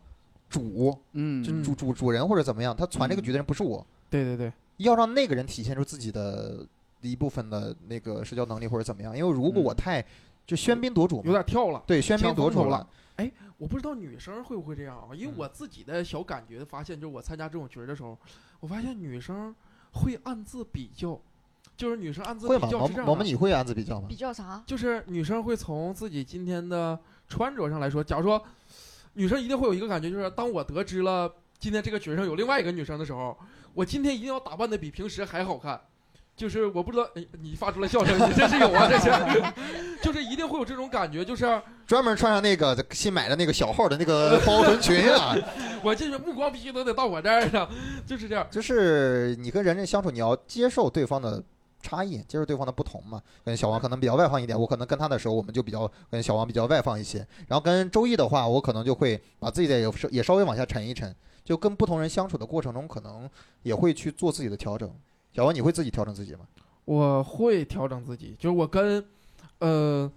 S2: 主
S4: 嗯，
S2: 就主主主人或者怎么样，他
S3: 嗯
S2: 传这个局的人不是我，
S3: 对对对，
S2: 要让那个人体现出自己的一部分的那个社交能力或者怎么样。因为如果我
S4: 嗯
S2: 太就喧宾夺主
S3: 有
S2: 嘛，
S3: 点跳了。
S2: 对，喧宾
S3: 抢
S2: 夺
S3: 风
S2: 主
S3: 头
S2: 了
S3: 了。我不知道女生会不会这样啊，
S2: 嗯
S3: 因为我自己的小感觉发现，就是我参加这种群儿的时候，我发现女生会暗自比较，就是女生暗自
S2: 会
S3: 比
S2: 吗？
S3: 较
S2: 毛
S3: 是这样
S2: 毛毛，
S3: 的，
S2: 你会啊暗自比较吗
S1: 比？较啥？
S3: 就是女生会从自己今天的穿着上来说，假如说女生一定会有一个感觉，就是当我得知了今天这个群上有另外一个女生的时候，我今天一定要打扮的比平时还好看。就是我不知道，哎，你发出了笑声，你真是有啊，这是， 就是一定会有这种感觉，就是
S2: 专门穿上那个新买的那个小号的那个 包臀裙啊，
S3: 我这是目光必须都得到我这儿呢，就是这样。
S2: 就是你跟人家相处，你要接受对方的差异，接受对方的不同嘛。跟小王可能比较外放一点，我可能跟他的时候，我们就比较跟小王比较外放一些。然后跟周易的话，我可能就会把自己的也也稍微往下沉一沉。就跟不同人相处的过程中，可能也会去做自己的调整。小王，你会自己调整自己吗？
S3: 我会调整自己，就是我跟，呃，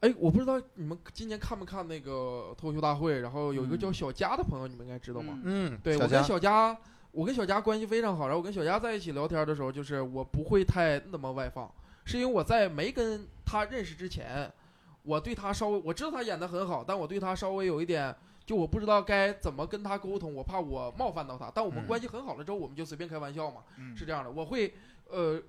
S3: 哎，我不知道你们今年看没看那个脱口秀大会，然后有一个
S4: 嗯
S3: 叫小佳的朋友，你们应该知道吗？
S2: 嗯，
S3: 对
S2: 小
S3: 我
S2: 佳，
S3: 跟小佳，我跟小佳关系非常好，然后我跟小佳在一起聊天的时候，就是我不会太那么外放，是因为我在没跟他认识之前，我对他稍微我知道他演的很好，但我对他稍微有一点。就我不知道该怎么跟他沟通，我怕我冒犯到他。但我们
S2: 嗯
S3: 关系很好了之后，我们就随便开玩笑嘛。
S4: 嗯
S3: 是这样的，我会呃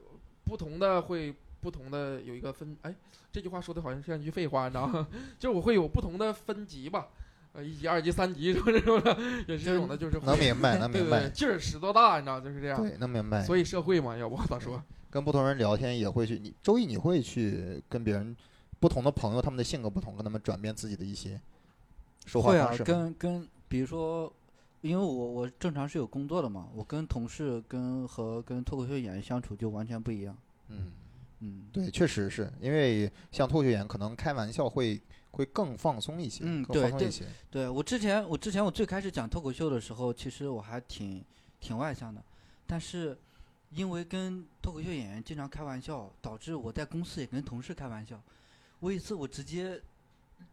S3: 不同的会不同的有一个分，哎，这句话说的好像像一句废话，你知道吗？ 就是我会有不同的分级吧，呃，一级、二级、三级什 么什么的，也是这种的，就是会
S2: 能明白，能
S3: 对
S2: 明
S3: 对
S2: 白
S3: 对，，劲儿使多大，你知道，就是这样。
S2: 对，能明白。
S3: 所以社会嘛，要不咋说？
S2: 跟不同人聊天也会去，你周易你会去跟别人不同的朋友，他们的性格不同，跟他们转变自己的一些说话
S4: 会啊
S2: 方式，吗。
S4: 跟跟比如说，因为我我正常是有工作的嘛，我跟同事跟和跟脱口秀演员相处就完全不一样。
S2: 嗯。
S4: 嗯，
S2: 对，确实是因为像脱口秀演员，可能开玩笑会会更放松一些，
S4: 嗯
S2: 更
S4: 对
S2: 放松
S4: 对
S2: 一些。
S4: 对我之前我之前我最开始讲脱口秀的时候，其实我还挺挺外向的，但是因为跟脱口秀演员经常开玩笑，导致我在公司也跟同事开玩笑。我有一次我直接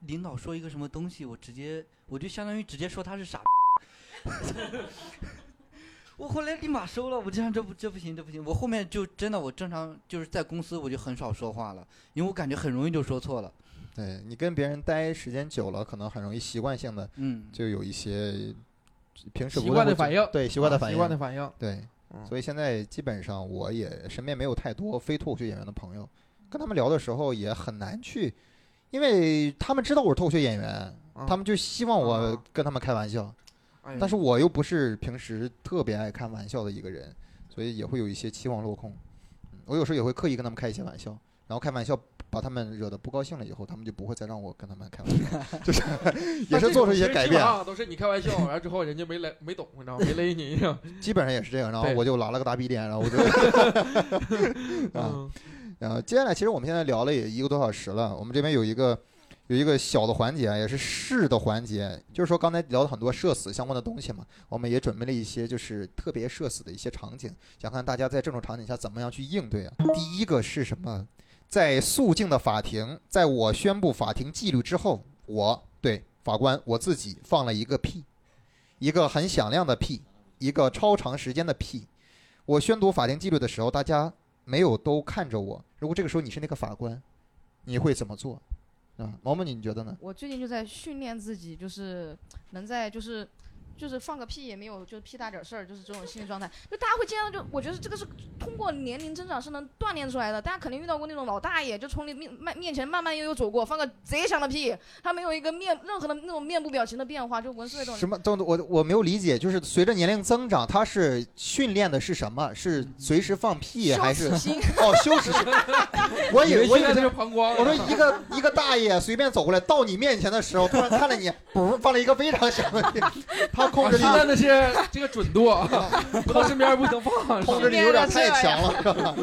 S4: 领导说一个什么东西，我直接我就相当于直接说他是傻。 我后来立马收了，我这样这不这不行，这不行。我后面就真的我正常就是在公司我就很少说话了，因为我感觉很容易就说错了。
S2: 对你跟别人待时间久了，可能很容易习惯性的
S4: 嗯，
S2: 就有一些平时
S3: 习
S2: 不
S3: 惯
S2: 太
S3: 的
S2: 会
S3: 反
S2: 做
S3: 应啊
S2: 对习惯的反应，
S3: 习惯的反应。
S2: 对。
S3: 嗯
S2: 所以现在基本上我也身边没有太多非脱口秀演员的朋友，跟他们聊的时候也很难去，因为他们知道我是脱口秀演员，
S3: 啊
S2: 他们就希望我
S3: 啊
S2: 跟他们开玩笑。
S3: 哎呀
S2: 但是我又不是平时特别爱开玩笑的一个人，所以也会有一些期望落空。嗯我有时候也会刻意跟他们开一些玩笑，然后开玩笑把他们惹得不高兴了以后，他们就不会再让我跟他们开玩笑， 就是也
S3: 但
S2: 是
S3: 这
S2: 做出
S3: 种
S2: 一
S3: 其
S2: 些
S3: 实
S2: 改
S3: 基
S2: 变啊
S3: 本，上都是你开玩笑，完了之后人家没来没懂，你知道吗？没勒你。
S2: 基本上也是这样。然后
S3: 对
S2: 我就拉了个大逼脸，然后我就 啊，
S3: 嗯，
S2: 然后接下来，其实我们现在聊了也一个多小时了，我们这边有一个有一个小的环节啊，也是试的环节，就是说刚才聊了很多社死相关的东西嘛，我们也准备了一些就是特别社死的一些场景，想看大家在这种场景下怎么样去应对啊。第一个是什么？在肃静的法庭，在我宣布法庭纪律之后，我对法官我自己放了一个屁，一个很响亮的屁，一个超长时间的屁。我宣读法庭纪律的时候，大家没有都看着我。如果这个时候你是那个法官，你会怎么做？啊，毛毛，你觉得呢？
S1: 我最近就在训练自己，就是能在就是就是放个屁也没有，就是屁大点事儿，就是这种心理状态。就大家会经常就，我觉得这个是通过年龄增长是能锻炼出来的。大家肯定遇到过那种老大爷，就从你面面面前慢慢悠悠走过，放个贼响的屁，他没有一个面任何的那种面部表情的变化，就纹丝那种。
S2: 什么？等等我我没有理解，就是随着年龄增长，他是训练的是什么？是
S3: 嗯
S2: 随时放屁还是
S1: 羞耻心
S2: 哦羞耻心？我以为我以
S3: 现在
S2: 为
S3: 就是膀胱。
S2: 我说一个一个大爷随便走过来到你面前的时候，突然看了你，嘣放了一个非常响的屁，他控
S3: 啊
S2: 制
S3: 现
S2: 力
S3: 在的是这个准 度，啊，到身边不行放。
S2: 控制力有点太强了，是吧？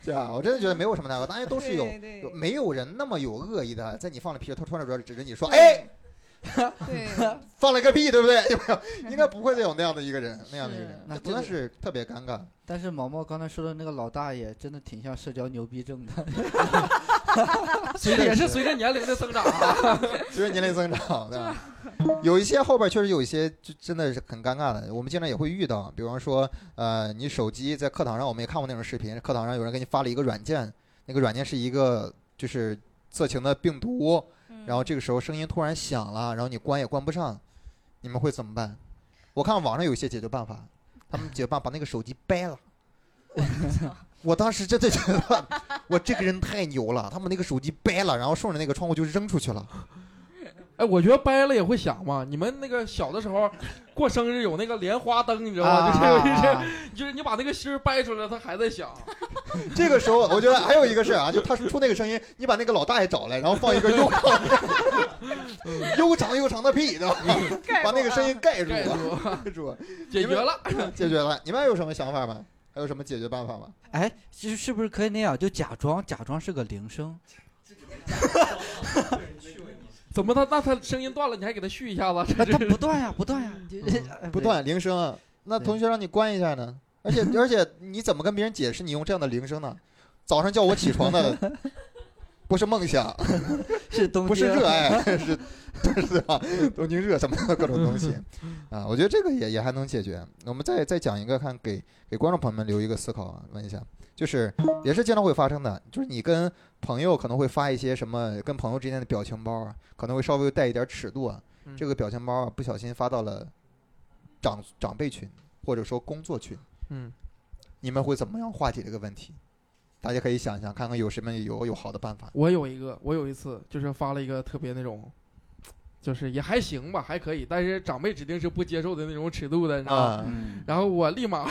S2: 对啊，我真的觉得没有什么大哥，大家都是有
S1: 对对
S2: 有没有人那么有恶意的，在你放了屁，他突然指着你说：“哎，
S1: 对，
S2: 放了个屁，对不 对？”有没有？应该不会再有那样的一个人，那样的一个人
S1: 是，
S4: 那
S2: 不算
S4: 这
S2: 是特别尴尬。
S4: 但是毛毛刚才说的那个老大爷真的挺像社交牛逼症的。
S3: 随着也是随着年龄的增长啊。
S2: 随着年龄增长，对吧？有一些后边确实有一些就真的是很尴尬的，我们经常也会遇到，比方说，呃，你手机在课堂上，我们也看过那种视频，课堂上有人给你发了一个软件，那个软件是一个就是色情的病毒，
S1: 嗯
S2: 然后这个时候声音突然响了，然后你关也关不上，你们会怎么办？我看网上有一些解决办法，他们解决办法把那个手机掰了。我当时真的觉得，我这个人太牛了，他们那个手机掰了，然后顺着那个窗户就扔出去了。
S3: 哎，我觉得掰了也会响嘛。你们那个小的时候过生日有那个莲花灯，你
S2: 啊
S3: 知道吗？就是就是 就是你把那个芯儿掰出来，它还在响。
S2: 这个时候，我觉得还有一个事 儿啊，就他出那个声音，你把那个老大爷找来，然后放一个悠长嗯 悠长悠长的屁，对吧？把那个声音 盖住，啊
S3: 盖住，
S2: 盖住，
S3: 解决了。
S2: 解决了。你们还有什么想法吗？还有什么解决办法吗？
S4: 哎，其实是不是可以那样，就假装假装是个铃 声？
S3: 怎么他那他声音断了，你还给他续一下子？
S4: 哎，
S3: 这
S4: 它
S3: 这
S4: 不断呀，不断呀，哎
S2: 嗯不。断铃声啊，那
S4: 对
S2: 同学让你关一下呢。而 且而且你怎么跟别人解释你用这样的铃声呢？早上叫我起床 的不是梦想，
S4: 是东
S2: 不是
S4: 京
S2: 热爱，是 是啊，东京热什么的各种东西啊，我觉得这个也也还能解决。我们再再讲一个，看给给观众朋友们留一个思考啊，问一下，就是也是经常会发生的，就是你跟朋友可能会发一些什么，跟朋友之间的表情包啊，可能会稍微带一点尺度啊，
S3: 嗯
S2: 这个表情包啊，不小心发到了长长辈群或者说工作群，
S3: 嗯，
S2: 你们会怎么样化解这个问题？大家可以想想看看有什么有有好的办法。
S3: 我有一个，我有一次就是发了一个特别那种，就是也还行吧，还可以，但是长辈指定是不接受的那种尺度的，你知道吗？
S2: 啊、
S4: 嗯，
S3: 然后我立马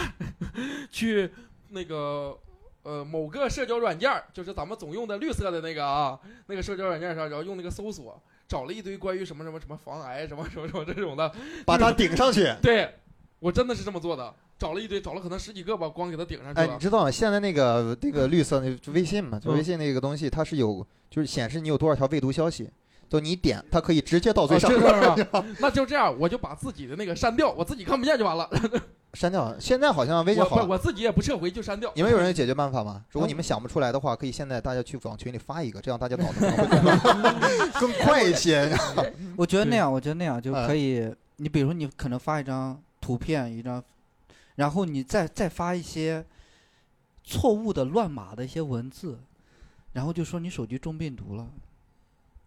S3: 去那个呃某个社交软件儿，就是咱们总用的绿色的那个啊，那个社交软件上，然后用那个搜索找了一堆关于什么什么什么防癌什么什么什么这种的，
S2: 把它顶上去。
S3: 对我真的是这么做的，找了一堆，找了可能十几个吧，光给它顶上去
S2: 哎，
S3: 了。
S2: 你知道吗现在那个那个绿色那就微信嘛，就
S3: 嗯
S2: 微信那个东西，它是有就是显示你有多少条未读消息，就你一点它可以直接到最
S3: 啊
S2: 上
S3: 这
S2: 面、
S3: 样啊 那就这样，我就把自己的那个删掉，我自己看不见就完了。
S2: 删掉。现在好像微信
S3: 我
S2: 好
S3: 不，
S2: 了。
S3: 我自己也不撤回，就删掉。
S2: 你们有人有解决办法吗？如果你们想不出来的话，可以现在大家去往群里发一个，这样大家脑子可能会 更更快一些。
S4: 我觉得那
S3: 对
S4: 样，我觉得那样就可以。你比如说，你可能发一张图片，一张，然后你再再发一些错误的乱码的一些文字，然后就说你手机中病毒了。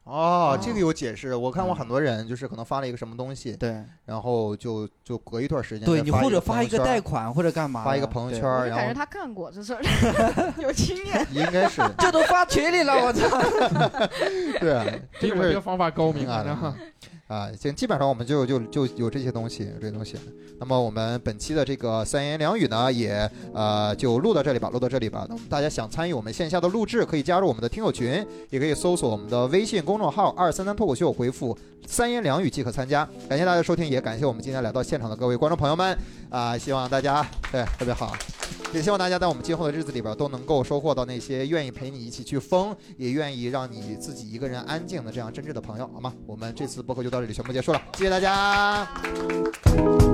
S2: 哦，这个有解释。我看过很多人就是可能发了一个什么东西，
S4: 对
S2: 然后就就隔一段时间
S4: 对，
S2: 再
S4: 你或者
S2: 发
S4: 发
S2: 一
S4: 一
S2: 个
S4: 个
S2: 朋友
S4: 贷
S2: 圈
S4: 款或者干嘛的，
S2: 发一个朋友
S4: 对
S2: 圈，
S1: 我就感觉
S2: 然后
S1: 他干过这事儿， 有经验。
S2: 应该是
S4: 这都发群里了，我操！
S2: 对，啊这
S3: 这
S2: 就
S3: 个这
S2: 是
S3: 个方法高明
S2: 明啊
S3: 啊！然后
S2: 啊，行，基本上我们就就就有这些东西，有这些东西。那么我们本期的这个三言两语呢，也呃就录到这里吧，录到这里吧。那我们大家想参与我们线下的录制，可以加入我们的听友群，也可以搜索我们的微信公众号“二三三脱口秀”，回复“三言两语”即可参加。感谢大家收听，也感谢我们今天来到现场的各位观众朋友们啊、希望大家对特别好。也希望大家在我们今后的日子里边都能够收获到那些愿意陪你一起去疯，也愿意让你自己一个人安静的这样真挚的朋友，好吗？我们这次播客就到这里，全部结束了，谢谢大家。